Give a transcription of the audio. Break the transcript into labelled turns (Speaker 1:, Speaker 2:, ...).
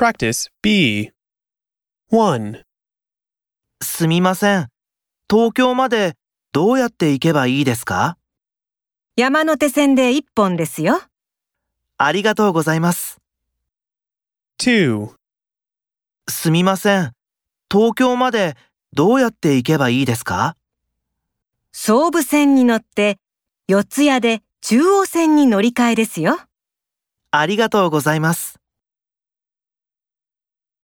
Speaker 1: Practice B. 1.
Speaker 2: すみません。東京までどうやって行けばいいですか
Speaker 3: 山手線で一本ですよ。
Speaker 2: ありがとうございます。
Speaker 1: 2.
Speaker 2: すみません。東京までどうやって行けばいいですか
Speaker 3: 総武線に乗って、四ツ谷で中央線に乗り換えですよ。
Speaker 2: ありがとうございます。